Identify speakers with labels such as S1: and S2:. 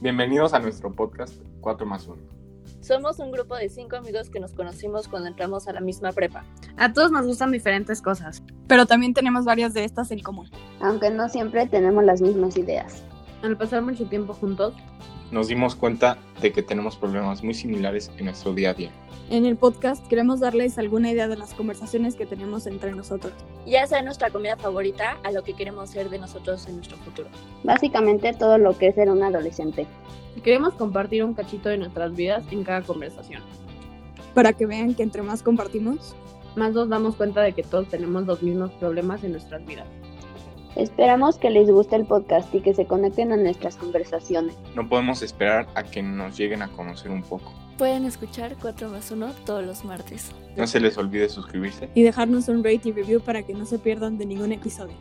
S1: Bienvenidos a nuestro podcast 4 más 1.
S2: Somos un grupo de cinco amigos que nos conocimos cuando entramos a la misma prepa.
S3: A todos nos gustan diferentes cosas.
S4: Pero también tenemos varias de estas en común.
S5: Aunque no siempre tenemos las mismas ideas.
S3: Al pasar mucho tiempo juntos,
S1: Nos dimos cuenta de que tenemos problemas muy similares en nuestro día a día.
S4: En el podcast queremos darles alguna idea de las conversaciones que tenemos entre nosotros.
S2: Ya sea nuestra comida favorita a lo que queremos ser de nosotros en nuestro futuro.
S5: Básicamente todo lo que es ser un adolescente.
S3: queremos compartir un cachito de nuestras vidas en cada conversación.
S4: Para que vean que entre más compartimos,
S3: Más nos damos cuenta de que todos tenemos los mismos problemas en nuestras vidas.
S5: Esperamos que les guste el podcast y que se conecten a nuestras conversaciones.
S1: No podemos esperar a que nos lleguen a conocer un poco.
S6: Pueden escuchar 4 más 1 todos los martes.
S1: No se les olvide suscribirse
S4: y dejarnos un rate y review para que no se pierdan de ningún episodio.